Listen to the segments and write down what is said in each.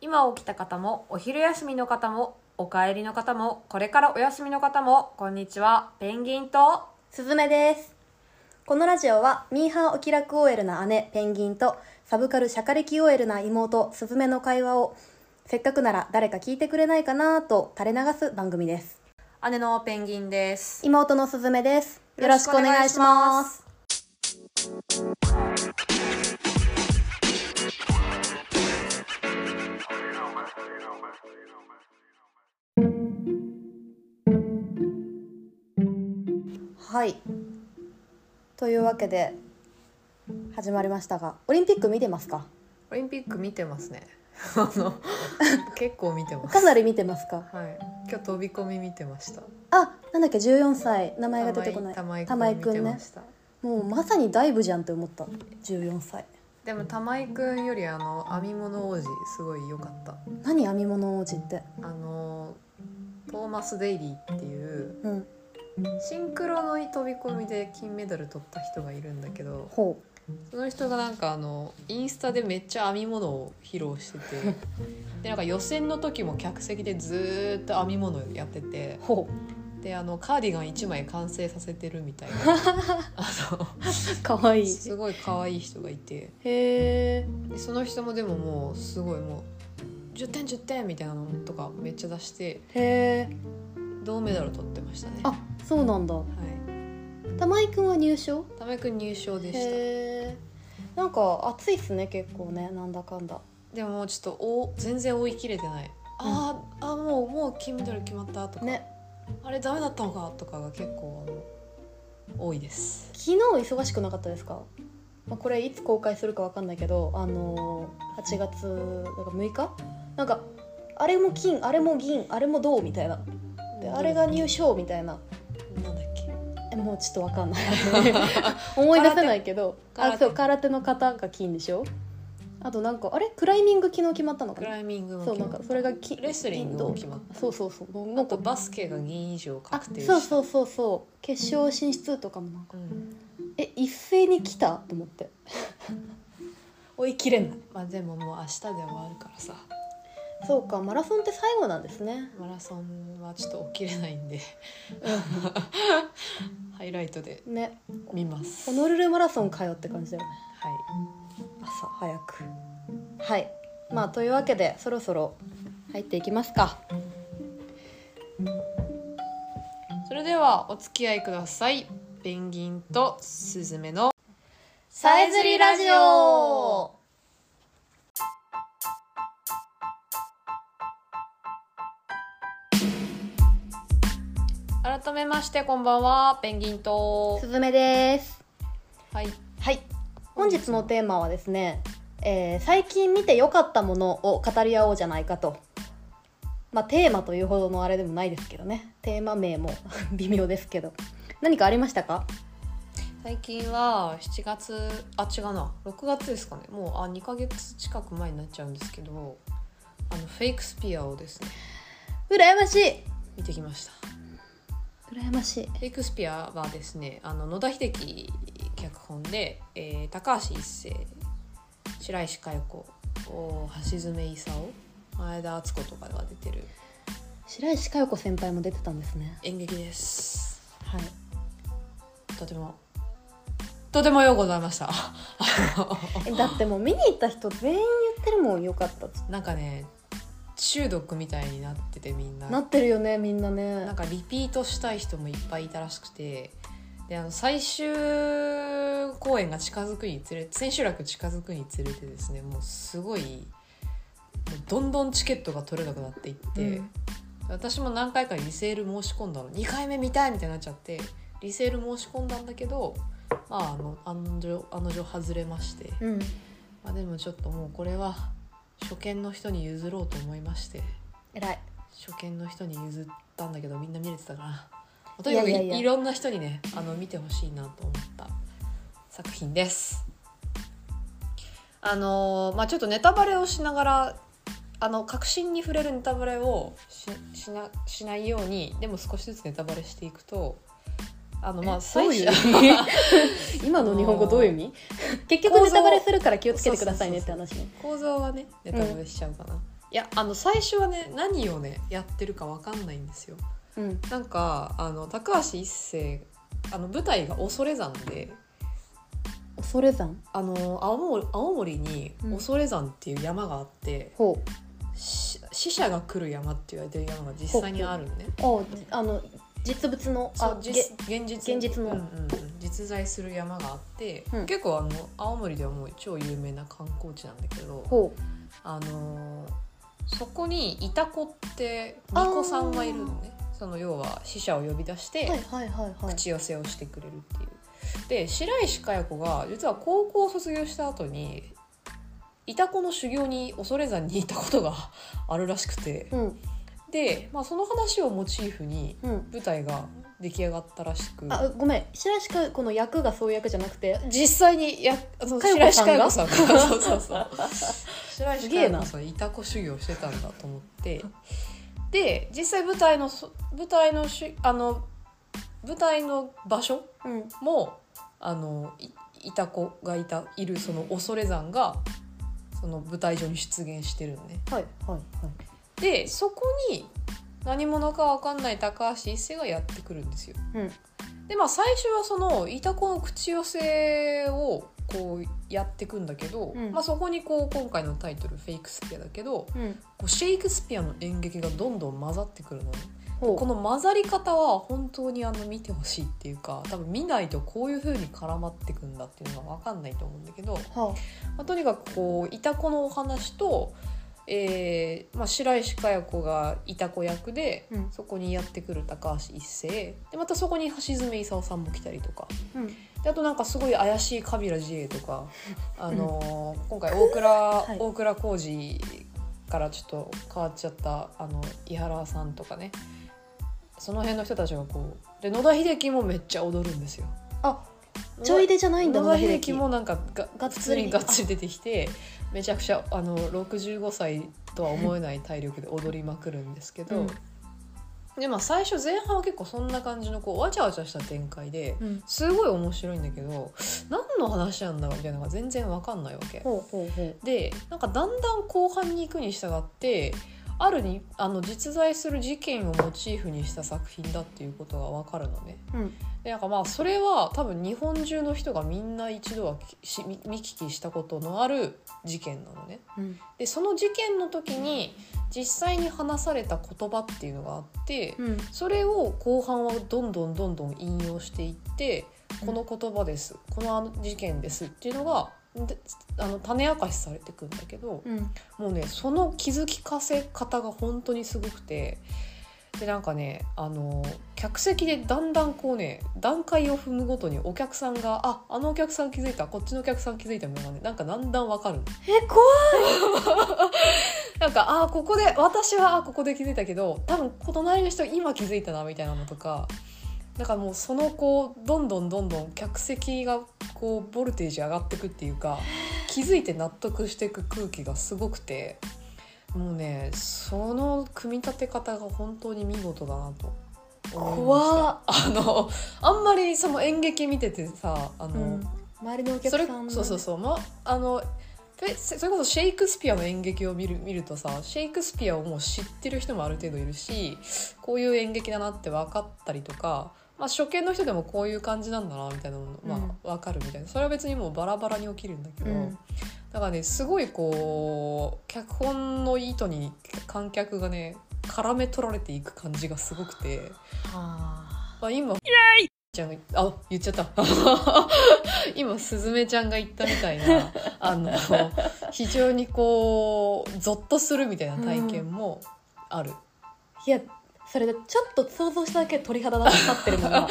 朝起きた方もお昼休みの方もお帰りの方もこれからお休みの方もこんにちはペンギンとすずめです。このラジオは、ミーハーお気楽 OL な姉、ペンギンと、サブカルシャカリキ OL な妹、すずめの会話を、せっかくなら誰か聞いてくれないかなと垂れ流す番組です。姉のペンギンです妹のすずめです。よろしくお願いします。はい。というわけで、始まりましたが、オリンピック見てますかオリンピック見てます ねあの結構見てますかなり見てますかはい今日飛び込み見てましたあ、なんだっけ、14歳。名前が出てこない。玉井玉玉井井くくん見んてまね。した、もうまさにダイブじゃんって思った。14歳。でも玉井くんよりあの編み物王子すごい良かった何編み物王子って。あのトーマス・デイリーっていううん。シンクロの飛び込みで金メダル取った人がいるんだけどほその人がなんかあのインスタでめっちゃ編み物を披露してて でなんか予選の時も客席でずーっと編み物やっててう。ほであのカーディガン1枚完成させてるみた いなあう。かわいのい。すごい可愛い人がいてへえ。でその人もでももうすごいもう10点10点みたいなのとかめっちゃ出してへえ。銅メダル取ってましたね。はあ、そうなんだ。い、玉井くんは入賞ためくん入賞でしたへえ。なんか暑いっすね、結構ね。なんだかんだ。でもちょっとお全然追い切れてない、あーあーもうもう金メダル決まったとか、ね。あれダメだったのかとかが結構あの多いです昨日忙しくなかったですか、まあ、これいつ公開するかわかんないけど、あのー、8月なんか6日なんかあれも金あれも銀あれも銅みたいなであれが入賞みたいななんだっけえもうちょっとわかんない 思い出せないけど空手あそう空手の方が金でしょあとなんかあれクライミング昨日決まったのかクなライミングもそうなんかそれが金レスリングも決まった銀銅そうそうそうなあんかとバスケが銀以上あ確定したそうそうそうそう決勝進出とかもなんかうんえ一斉に来たと思って追い切れないまあでももう明日で終わるからさそうかマラソンって最後なんですねマラソンはちょっと起きれないんでハイライトでね見ますホノルルマラソンかよって感じだよねはい朝早くはいまあというわけでそろそろ入っていきますかそれではお付き合いくださいペンギンとスズメのさえずりラジオ改めましてこんばんはペンギンとすずめですはいはい本日のテーマはですね、えー最近見て良かったものを語り合おうじゃないかとまあテーマというほどのあれでもないですけどねテーマ名も 微妙ですけど何かありましたか最近は7月あ違うな6月ですかねもうあ2ヶ月近く前になっちゃうんですけどあのフェイクスピアをですね羨ましい見てきました羨ましいフェイクスピアはですねあの野田秀樹脚本で、えー高橋一生白石佳代子お橋爪功前田敦子とかが出てる白石佳代子先輩も出てたんですね演劇ですはいとてもとてもようございましたえだってもう見に行った人全員言ってるもん良かったっつなんかね中毒みたいになっててみんななってるよねみんなねなんかリピートしたい人もいっぱいいたらしくてであの最終公演が近づくにつれ千秋楽近づくにつれてですねもうすごいもうどんどんチケットが取れなくなっていって、うん私も何回かリセール申し込んだの2回目見たいみたいになっちゃってリセール申し込んだんだけどまああの案の定案の定外れまして、うんまあ、でもちょっともうこれは初見の人に譲ろうと思いまして。偉い初見の人に譲ったんだけどみんな見れてたからとにかくいいやいやいやろんな人にねあの見てほしいなと思った作品ですあのーまあちょっとネタバレをしながらあの確信に触れるネタバレをししなしないようにでも少しずつネタバレしていくとあのまあどういう意最初味今の日本語どういう意 味結局ネタバレするから気をつけてくださいねって話ね構造はねネタバレしちゃうかな、いやあの最初はね何をねやってるかわかんないんですようんなんかあの高橋一生あの舞台が恐山で恐山あの青森青森にうん恐山っていう山があって、ほうし死者が来る山って言われてる山が実際にあるのねおあの実物のそあうげ実現実現実のうんうんうん実在する山があって、うん結構あの青森ではもう超有名な観光地なんだけど、ほうあのーそこにイタコって巫女さんがいるのねその要は死者を呼び出して、はいはいはいはい口寄せをしてくれるっていう。で白石佳代子が実は高校を卒業した後にイタコの修行に恐山にいたことがあるらしくてうんで、まあ、その話をモチーフにうん舞台が出来上がったらしくあごめん白石君この役がそういう役じゃなくて実際にやあの佳白代子石さ佳ん代が子さんが そうそうそう白す石げ佳え代な子さんいたこ修行してたんだと思ってで実際舞台のそ舞台のしあの舞台の場所うんもあのいいたこがいたいるその恐山がその舞台上に出現してるのねはいはいはいでそこに何者か分かんない高橋一生がやってくるんですようんでまあ最初はそのイタコの口寄せをこうやっていくんだけど、うんまあ、そこにこう今回のタイトル「フェイクスピア」だけどうんこうシェイクスピアの演劇がどんどん混ざってくるのねほうこの混ざり方は本当にあの見てほしいっていうか多分見ないとこういう風に絡まってくんだっていうのが分かんないと思うんだけど、はまあ、とにかくこうイタコのお話と、えーまあ、白石佳代子がイタコ役であ、うんそこにやってくる高橋一生でまたそこに橋爪功さんも来たりとかうんであとなんかすごい怪しいカビラ自衛と か、あのー今回大倉、い大倉浩二からちょっと変わっちゃったあの井原さんとかねその辺の人たちがこうで野田秀樹もめっちゃ踊るんですよ。あちょいでじゃないんだ野野田田秀秀樹樹もなんかがががっっつりつりがっつり出てきてめちゃくちゃあの65歳とは思えない体力で踊りまくるんですけど、うんでまあ最初前半は結構そんな感じのこうわちゃわちゃした展開で。うんすごい面白いんだけど何の話なんだろうみたいなのが全然わかんないわけ。ほうほうほでなんかだんだん後半に行くに従ってあるにあの実在する事件をモチーフにした作品だっていうことがわかるのね。ううんでなんかまあそれは多分日本中の人がみんな一度はきし見見聞きしたことのある事件なのね。うんでその事件の時に実際に話された言葉っていうのがあって、うんそれを後半はどんどんどんどん引用していってうんこの言葉です、この事件ですっていうのがであの種明かしされてくんだけどうんもうねその気づきかせ方が本当にすごくてでなんかねあの客席でだんだんこうね段階を踏むごとにお客さんが「ああのお客さん気づいたこっちのお客さん気づいた」みたいなねなんかだんだんわかるのえ怖いなんかあーここで私はあーここで気づいたけど多分この隣の人今気づいたなみたいなのとかだからもうそのこうどんどんどんどん客席がこうボルテージ上がってくっていうか気づいて納得していく空気がすごくてもうねその組み立て方が本当に見事だなと怖怖っっあのあんまりその演劇見ててさあの、うん周りのお客それさんそうそうそうまあのえそそれこそシェイクスピアの演劇を見る見るとさシェイクスピアをもう知ってる人もある程度いるしこういう演劇だなって分かったりとか、まあ、初見の人でもこういう感じなんだなみたいなのも、まあ、分かるみたいなそれは別にもうバラバラに起きるんだけど、うんだからねすごいこう脚本の意図に観客がね絡め取られていく感じがすごくて。はあ今ちゃんがあ言っちゃった 今すずめちゃんが言ったみた いなあの非常にこうゾッとするみたいな体験もある、あいやそれでちょっと想像しただけで鳥肌が立ってるの が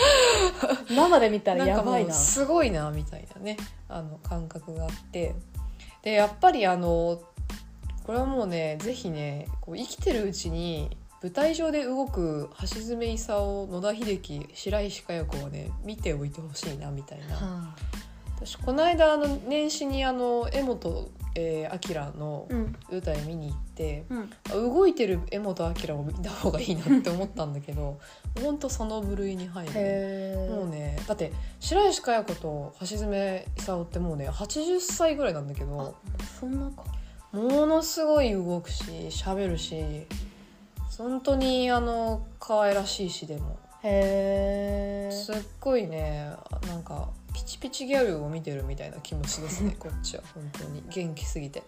生で見たらんやかもばいうなすごいなみたいなねあの感覚があってでやっぱりあのこれはもうねぜひねこう生きてるうちに舞台上で動く橋爪功野田秀樹白石佳代子をね見ておいてほしいなみたいな。はあ私この間あの年始にあの江本えー明のうん舞台見に行って、うん動いてる江本明を見た方がいいなって思ったんだけど ほんとその部類に入るね、へえもうねだって白石佳代子と橋爪功ってもうね80歳ぐらいなんだけどそんなかものすごい動くし喋るし本当にあの可愛らしいしでもへえすっごいねなんかピチピチギャルを見てるみたいな気持ちですねこっちは本当に元気すぎて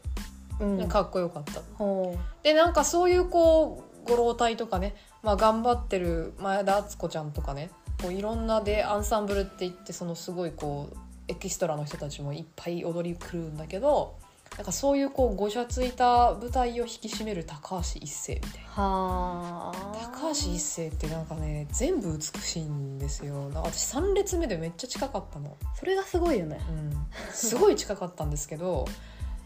うんかっこよかったほでなんかそういうこうご老体とかね、まあ、頑張ってる前田敦子ちゃんとかねこういろんなでアンサンブルって言ってそのすごいこうエキストラの人たちもいっぱい踊り狂うんだけどなんかそういうこうごちゃついた舞台を引き締める高橋一生みたいうな。はあ高橋一生ってなんかね全部美しいんですよなんか私3列目でめっちゃ近かったの、それがすごいよね うん、すごい近かったんですけど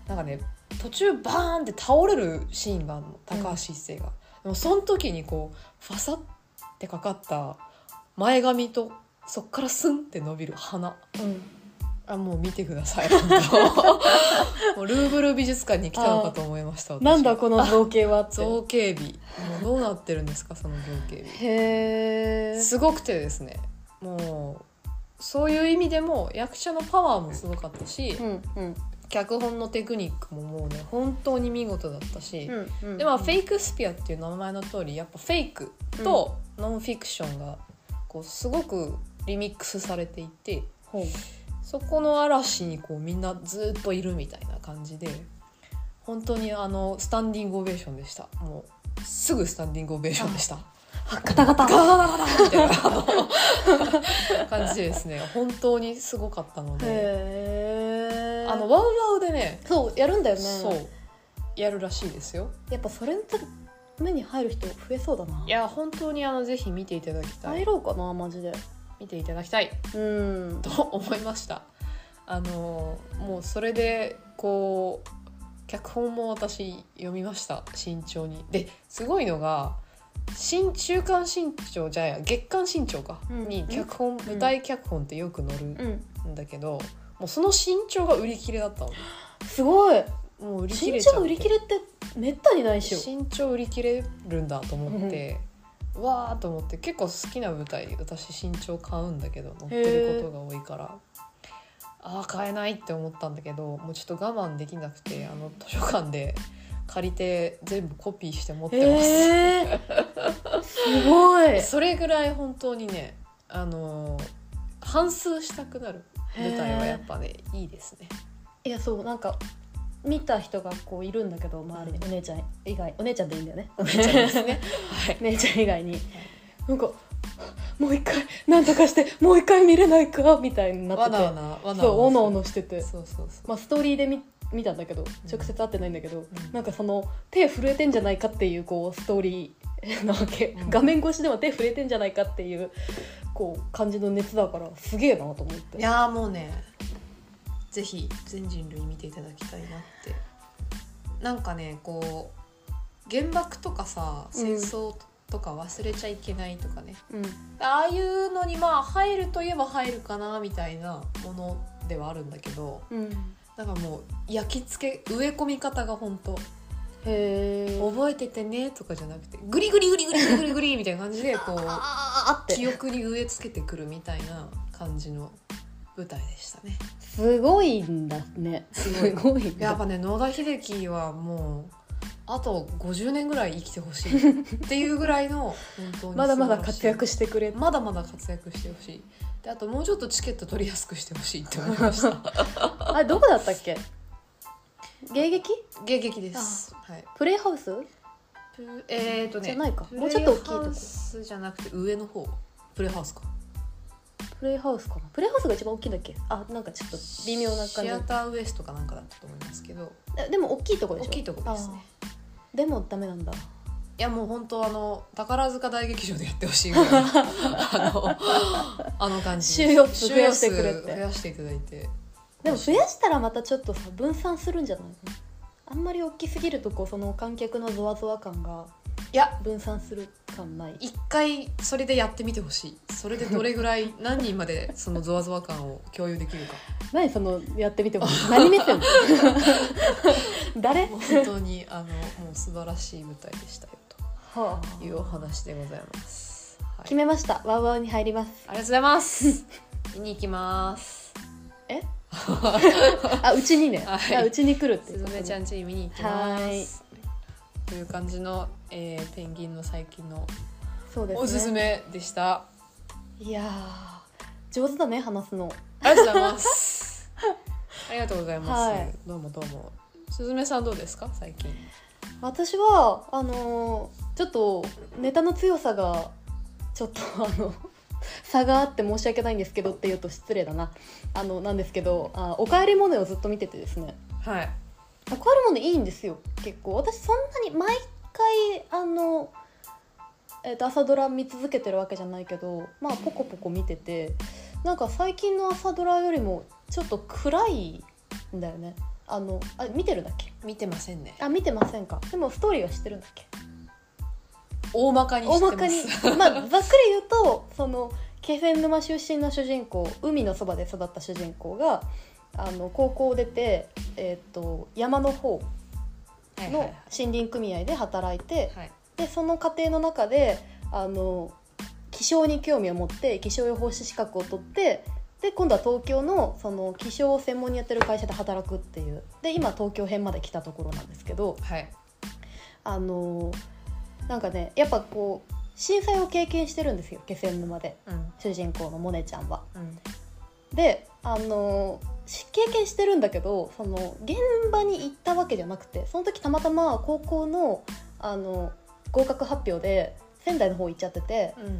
なんかね途中バーンって倒れるシーンがあるの高橋一生が、でもその時にこうファサってかかった前髪とそっからスンって伸びる鼻うんあもう見てくだ さい 本当もうルーブル美術館に来たのかと思いました私なんだこの造形はって造形美もうどうなってるんですかその造形美へえすごくてですねもうそういう意味でも役者のパワーもすごかったし、うんうん脚本のテクニックももうね本当に見事だったし、うんうんでまあフェイクスピアっていう名前の通りやっぱフェイクとノンフィクションがこうすごくリミックスされていてほうそこの嵐にこうみんなずっといるみたいな感じで本当にあのスタンディングオベーションでしたもうすぐスタンディングオベーションでした。あガタガタガタガタガタみたいな感じでですね本当にすごかったのでへえあのワウワウでねそうやるんだよねそうやるらしいですよやっぱそれの目に入る人増えそうだないや本当にあのぜひ見ていただきた入いろうかなマジで見ていただきたいうんと思いましたあのもうそれでこう脚本も私読みました慎重にですごいのが新週刊新潮じゃない月刊新潮か、うんに脚本、舞台脚本ってよく載るうんんだけどもうその身長が売り切れだったのすごいもう売り切身れちゃって長売り切れってめったにないっしょ身長売り切れるんだと思って、わーと思って結構好きな舞台私身長買うんだけど乗ってることが多いからああ買えないって思ったんだけどもうちょっと我慢できなくてあの図書館で借りて全部コピーして持ってます、えー、すごいそれぐらい本当にねあのー反数したくなる舞台はやっぱねいいですね。 いやそうなんか見た人がこういるんだけど周りにお姉ちゃん以外お姉ちゃんでいいんだよ ねお姉めっちゃいいですねはい姉ちゃん以外になんかもう一回なんとかしてもう一回見れないかみたいになってて わなわなわなわなそうおのおのしててそうそうそう、まあ、ストーリーで見見たんだけど直接会ってないんだけど、んなんかその手震えてんじゃないかっていうこうストーリー なわけ、うん画面越しでも手震えてんじゃないかっていうこう感じの熱だからすげえなと思っていやーもうねぜひ全人類見ていただきたいなってなんかねこう原爆とかさうん戦争とか忘れちゃいけないとかね、うんああいうのにまあ入るといえば入るかなみたいなものではあるんだけどうん、なんかもう焼き付け植え込み方が本当へえ覚えててねとかじゃなくてグリグリグリグリグリグリみたいな感じ でこうあーって記憶に植え付けてくるみたいな感じの舞台でしたね。すごいんだねすすごいごいんやっだぱね野田秀樹はもうあと50年ぐらい生きてほ しいっていうぐらいの本当にまだまだ素晴らし活い躍してくれまだまだ活躍してほしいであともうちょっとチケット取りやすくしてほしいって思いました あれどこだったっけ迎撃迎撃ですはいプレイハウスプえっ、ー、とねじゃないかプレイもうちょっと大きいとこハウスじゃなくて上の方プレイハウスかプレイハウスかなプレイハウスが一番大きいんだっけあなんかちょっと微妙な感シじアターウエストかなんかだったと思いますけどえでも大きいとこでしょ大きいとこですねあーでもダメなんだいやもう本当あの宝塚大劇場でやってほし いぐらいあのあの感じ収容数増やしてくれって収容数増やしていただいてでも増やしたらまたちょっとさ分散するんじゃないのあんまり大きすぎるとこうその観客のゾワゾワ感がいや分散する感ない一回それでやってみてほしいそれでどれぐらい何人までそのゾワゾワ感を共有できるか何そのやってみ ても何目線誰もう本当にあのもう素晴らしい舞台でしたよはあというお話でございます、はい、あ決りめがましたワウワウに入りますとうございます見に行きますえあうちにね、はいあうちに来るってすいうずことでめちゃん家に見に行きますという感じの、えーペンギンの最近のそうですねおすすめでした、いやー上手だね話すのありがとうございます ありがとうございます、はいどうもどうもすずめさんどうですか最近私はあのーちょっとネタの強さがちょっと あの差があって申し訳ないんですけどって言うと失礼だなあのなんですけど「あおかえりモネ」をずっと見ててですねはい「おかえりモネ」いいんですよ結構私そんなに毎回あの、えーと朝ドラ見続けてるわけじゃないけどまあポコポコ見ててなんか最近の朝ドラよりもちょっと暗いんだよねあのあ見てるだっけ見てませんねあ見てませんかでもストーリーは知ってるんだっけ大まかに知大ってまますかにまあざっくり言うとその気仙沼出身の主人公海のそばで育った主人公があの高校を出て、えー、と山の方はいはいの森林組合で働いてはいでその過程の中であの気象に興味を持って気象予報士資格を取ってで今度は東京のその気象を専門にやってる会社で働くっていうで今東京編まで来たところなんですけど、はいあのなんかねやっぱこう震災を経験してるんですよ気仙沼でうん主人公のモネちゃんは。うんであのし経験してるんだけどその現場に行ったわけじゃなくてその時たまたま高校のあの合格発表で仙台の方行っちゃっててうん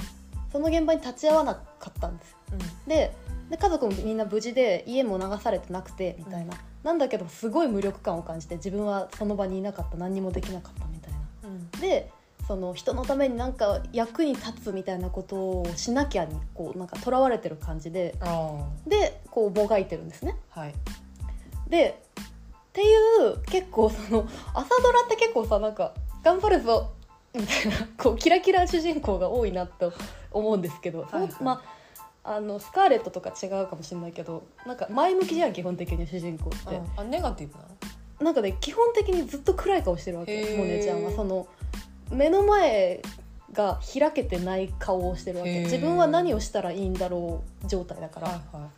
その現場に立ち会わなかったんですようんでで家族もみんな無事で家も流されてなくてみたいな、なんだけどすごい無力感を感じて自分はその場にいなかった何にもできなかったみたいなうんでその人のためになんか役に立つみたいなことをしなきゃにこうなんか囚われてる感じであでこうもがいてるんですね。あはいでっていう結構その朝ドラって結構さなんか「頑張るぞ!」みたいなこうキラキラ主人公が多いなと思うんですけど、はいはいそうまああのスカーレットとか違うかもしれないけどなんか前向きじゃん基本的に主人公って。あネガティブなのなんかね基本的にずっと暗い顔してるわへけーモネちゃんはその目の前が開けてない顔をしてるわへけー自分は何をしたらいいんだろう状態だから、はいは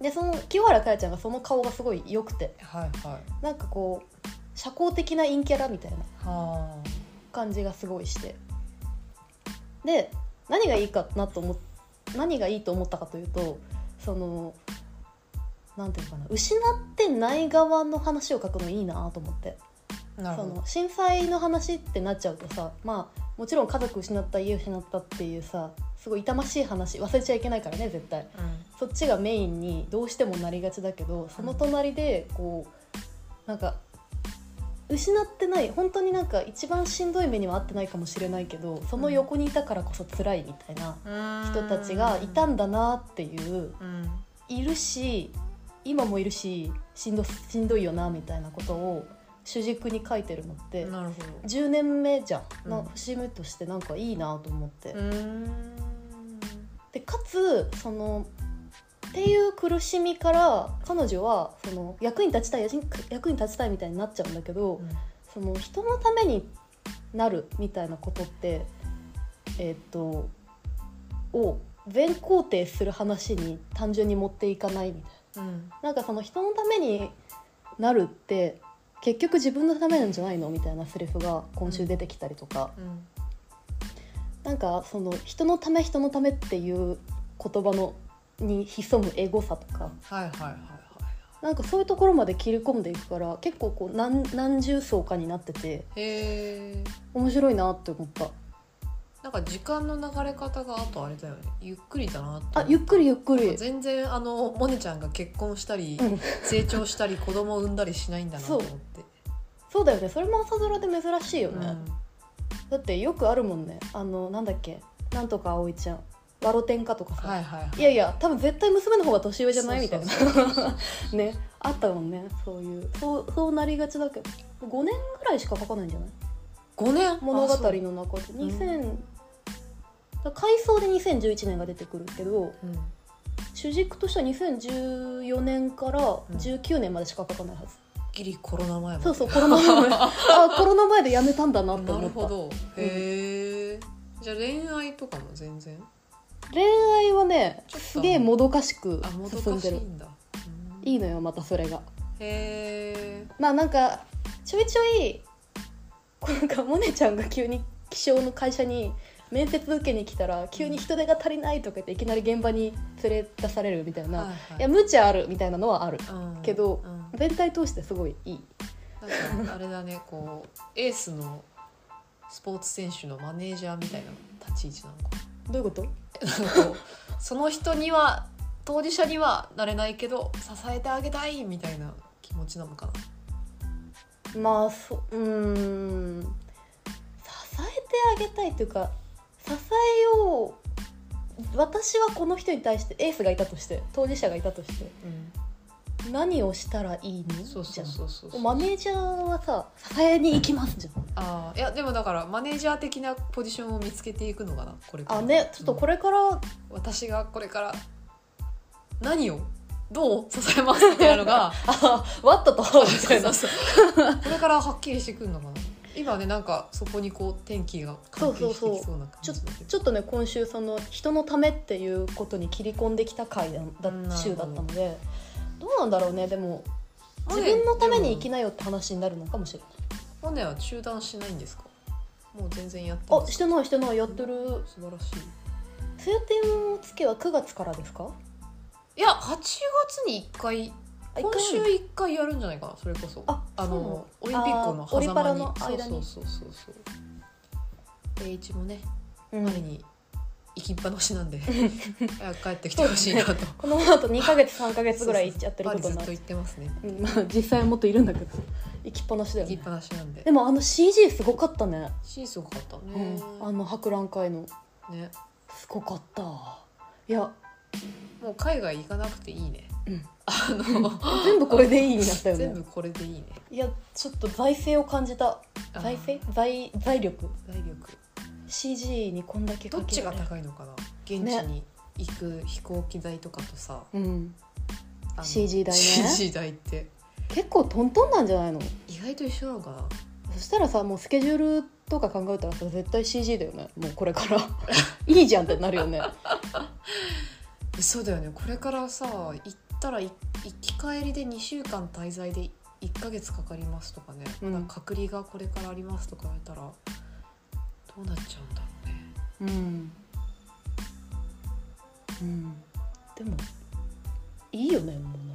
でその清原かやちゃんがその顔がすごい良くていはいはいはいなんかこう社交的な陰キャラみたいなはあ感じがすごいしてで何がいいかなと思っ何がいいと思ったかというとそのなんていうのかな失ってない側の話を書くのいいなと思って。なるそほどの震災の話ってなっちゃうとさまあもちろん家族失った家失ったっていうさすごい痛ましい話忘れちゃいけないからね絶対うそっちがメインにどうしてもなりがちだけどその隣でこうなんか失ってない本当になんか一番しんどい目には合ってないかもしれないけどその横にいたからこそ辛いみたいなん人たちがいたんだなっていううんいるし今もいるししんどしんどいよなみたいなことを主軸に書いてるのってなるほど10年目じゃんうのん節目としてなんかいいなと思って、うんでかつそのっていう苦しみから彼女はその役に立ちたい役に役に立ちたいみたいになっちゃうんだけど、その人のためになるみたいなことってえーっとを全肯定する話に単純に持っていかないみたいな。うんなんかその人のためになるって結局自分のためなんじゃないのみたいなセリフが今週出てきたりとか、うんなんかその人のため人のためっていう言葉のに潜むエゴさとかはいはいはいはなんかそういうところまで切り込んでいくから結構こう何何重層かになってていへえ面白いなって思ったなんか時間の流れ方があとあれだよねゆっくりだなってあゆっくりゆっくなんかり全然あのモネちゃんが結婚したり、うん成長したり子供を産んだりしないんだなと思ってそうだよねそれも朝ドラで珍しいよね、うんだってよくあるもんねあのなんだっけなんとか葵ちゃんワロテンカとかさ、はいはいはいいやいや多分絶対娘の方が年上じゃないみたいなそうねあったもんねそういうそうそうなりがちだけど5年ぐらいしか書かないんじゃない5年物語あの中そうで2000、だ回想で2011年が出てくるけどうん主軸としては2014年から19年までしか書かないはず、ギリコロナ前までそうそうコロナ 前あコロナ前でやめたんだなってな思るっほたどへえ、じゃあ恋愛とかも全然恋愛はねちょっとすげえもどかしくあもど進んかしでいるんだうーんいいのよまたそれがへえまあなんかちょいちょいこうなんかモネちゃんが急に気象の会社に面接受けに来たら急に人手が足りないとか言っていきなり現場に連れ出されるみたいな、はいはいいや無茶あるみたいなのはあるうんけどうん全体通してすごいいいなんかあれだねこうエースのスポーツ選手のマネージャーみたいな立ち位置なのかどういうことなんかこうその人には当事者にはなれないけど支えてあげたいみたいな気持ちなのかなまあそうーん支えてあげたいというか支えよう私はこの人に対してエースがいたとして当事者がいたとして何をしたらいいのそうそうじそうそうゃんマネージャーはさ支えに行きますじゃんあーいやでもだからマネージャー的なポジションを見つけていくのかなこれからあねちょっとこれから、うん私がこれから何をどう支えますみたいなのがあワットとそうみたいなそうそうこれからはっきりしてくるのかな今ねなんかそこにこう天気が関係してきそうな感ちょじだけどちょっとね今週その人のためっていうことに切り込んできた回だうんだ週だったのでどうなんだろうねでもまあ自ね分のために生きなよって話になるのかもしれないマネは中断しないんですかもう全然やってまあすしてないしてないやってる素晴らしい晴天の月は9月からですかいや8月に1回あ今週一回1回やるんじゃないかなそれこそああそうなののオリンピックのあーオリ狭パ間ラにの間にそうそうそうそうそう栄一もねうん前に行きっぱなしなん で早く帰ってきてほしい なとこの後2ヶ月3ヶ月ぐらい行っちゃってることにパな リるずっと行ってますねうんまあ実際はもっといるんだけど行きっぱなしだよ行きねっぱなしなんででもあの CG すごかったね、シーすごかったうねん、あの博覧会のねすごかったいやもう海外行かなくていいねうんあ の全部これでいいになったよ全ね部これでいいねいやちょっと財政を感じたあー財政財財力財力 CG にこんだけどかっけちらがれる高いのかな現地に行く飛行機代とかとさ、うん、あの CG 代ね CG 代って結構トントンなんじゃないの意外と一緒なのかなそしたらさもうスケジュールとか考えたらさ絶対 CG だよねもうこれ からいいじゃんってなるよねそうだよねこれからさ行ったらい行き帰りで2週間滞在で1ヶ月かかりますとかね、うん なんか隔離がこれからありますとか言われたらどうなっちゃうんだろうねうん、うん、でもいいよねもうね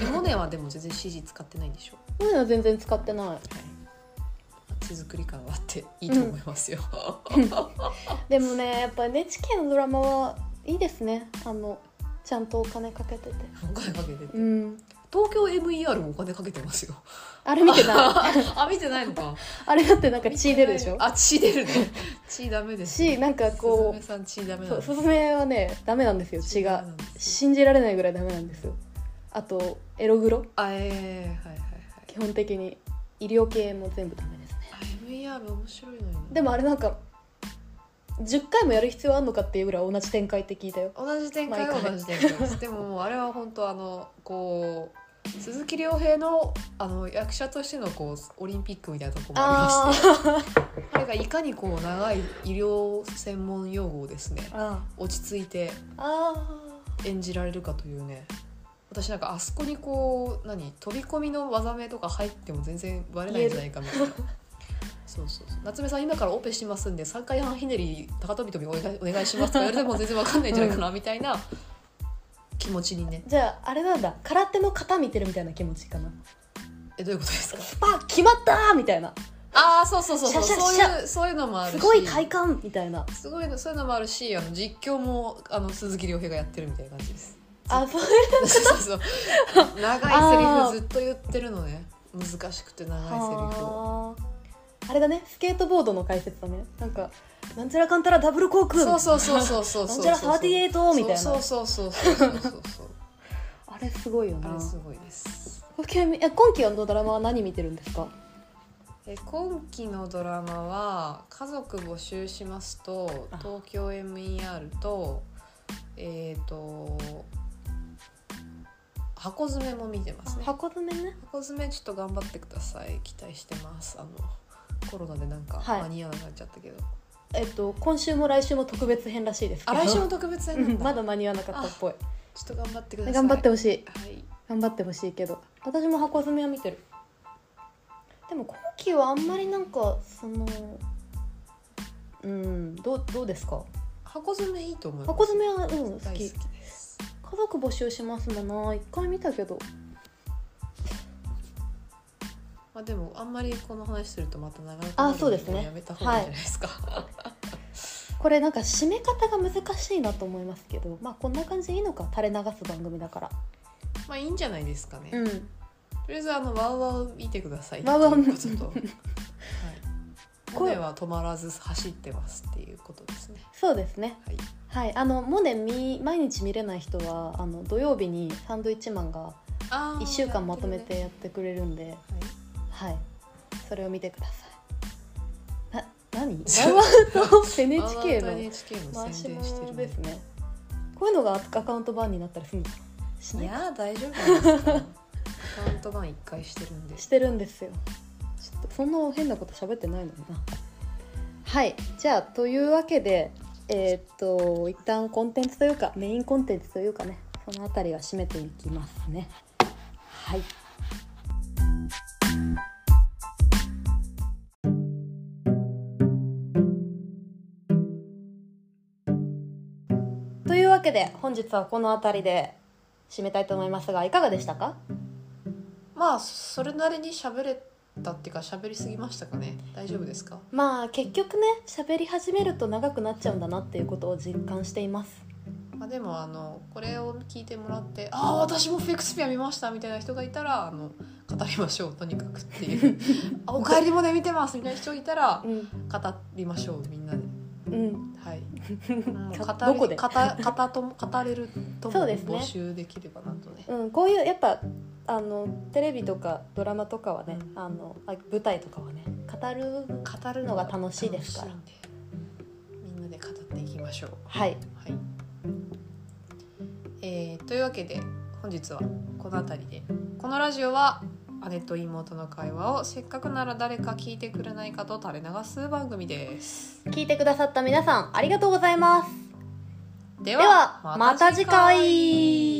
日本ではでも全然 CG 使ってないんでしょ、こういうのは全然使ってない手作り感はあっていいと思いますよ、でもねやっぱ NHK のドラマはいいですねあのちゃんとお金かけててお金かけててうん東京 MER もお金かけてますよあれ見てないあ見てないのかあれだってなんか血出るでしょあ血出るね血ダメですしなんかこすずめさん血ダメうなそのうすずめはねダメなんですよ血ダがメなんです信じられないぐらいダメなんですよあとエログロあえー、はいはい基本的に医療系も全部ダメですねはいあ MER 面白いのよなでもあれなんか10回もやる必要あんのかっていうぐらい同じ展開って聞いたよ同じ展開は同じ展開ですでももうあれは本当あのこう鈴木亮平のあの役者としてのこうオリンピックみたいなとこもありましてあれがいかにこう長い医療専門用語をですねあ落ち着いてーあ演じられるかというね私なんかあそこにこう何飛び込みの技名とか入っても全然バレないんじゃないかみたいなそうそうそう夏目さん今からオペしますんで3回半ひねり高飛び飛びお願い お願いしますとか言われても全然わかんないんじゃないかなみたいな気持ちにねーじゃああれなんだ空手の型見てるみたいな気持ちかなえどういうことですかスパー決まったーみたいなああそうそうそうそうシャそうシャいうそういうのもあるしすごい快感みたいなすごいのそういうのもあるしあの実況もあの鈴木亮平がやってるみたいな感じですあそうそう そうそう長いセリフずっと言ってるのね難しくて長いセリフをあーあれだねスケートボードの解説だねなんかなんちゃらかんたらダブルコークそうそうそうそうそうそなうんちゃら38みたいなそうそうそうそうそうそうそうあれすごいよあなれすごいですごきげんえ今期のドラマは何見てるんですかえ今期のドラマは「家族募集しますと」あ東京 MER とえっ、と箱詰めも見てますね箱詰めね箱詰めちょっと頑張ってください期待してますあのコロナでなんかはい間に合わなくなっちゃったけど、えっと今週も来週も特別編らしいですけあ ど来週も特別う編なんんだまだ間に合わなかったっぽいちょっと頑張ってください頑張ってほしいはい頑張ってほしいけど私も箱詰めは見てるでも今期はあんまりなんかそのうんどうどうですか箱詰めいいと思います箱詰めはうん好大好ききです家族募集しますもんな一回見たけどまあでもあんまりこの話するとまた長くなるあそうですねのやめた方がいいんじゃないですか、これなんか締め方が難しいなと思いますけどまあこんな感じでいいのか垂れ流す番組だからまあいいんじゃないですかね、とうんりあえずあのワウワウ見てくださいっていワウワウうことと、はい、こう声は止まらず走ってますっていうことですねそうですねはいはいあのモネみ毎日見れない人はあの土曜日にサンドイッチマンがあー1週間まとめてややっっててくれるんでるねはいはいそれを見てくださいな 何ちょワウワウとあー NHK またの NHK の回し宣伝して物るですねこういうのがアカウント版になったりするのかなしいないやー大丈夫なんですかアカウント版一回してるんでしてるんですよちょっとそんな変なこと喋ってないのになはいじゃあというわけでえーっと一旦コンテンツというかメインコンテンツというかねその辺りは締めていきますねはいというわけで本日はこの辺りで締めたいと思いますがいかがでしたかまあそれなりに喋れたっていうか喋りすぎましたかね大丈夫ですか、まあ結局ね喋り始めると長くなっちゃうんだなっていうことを実感していますまあ、でもあのこれを聞いてもらって「ああ私もフェイクスピア見ました」みたいな人がいたらあの語りましょうとにかくっ ていう「あお帰りもね見てます」みたいな人がいたらうん語りましょうみんなで。うん はい、もうか語どこりで語語とも語れるとそもうですね募集できればなとねうんこういうやっぱあのテレビとかドラマとかはね、うんあのあ舞台とかはね語る語るのが楽しいですから楽しいんでみんなで語っていきましょう。はいはい。えーというわけで本日はこの辺りでこのラジオは姉と妹の会話をせっかくなら誰か聞いてくれないかと垂れ流す番組です。聞いてくださった皆さんありがとうございますででははまた次回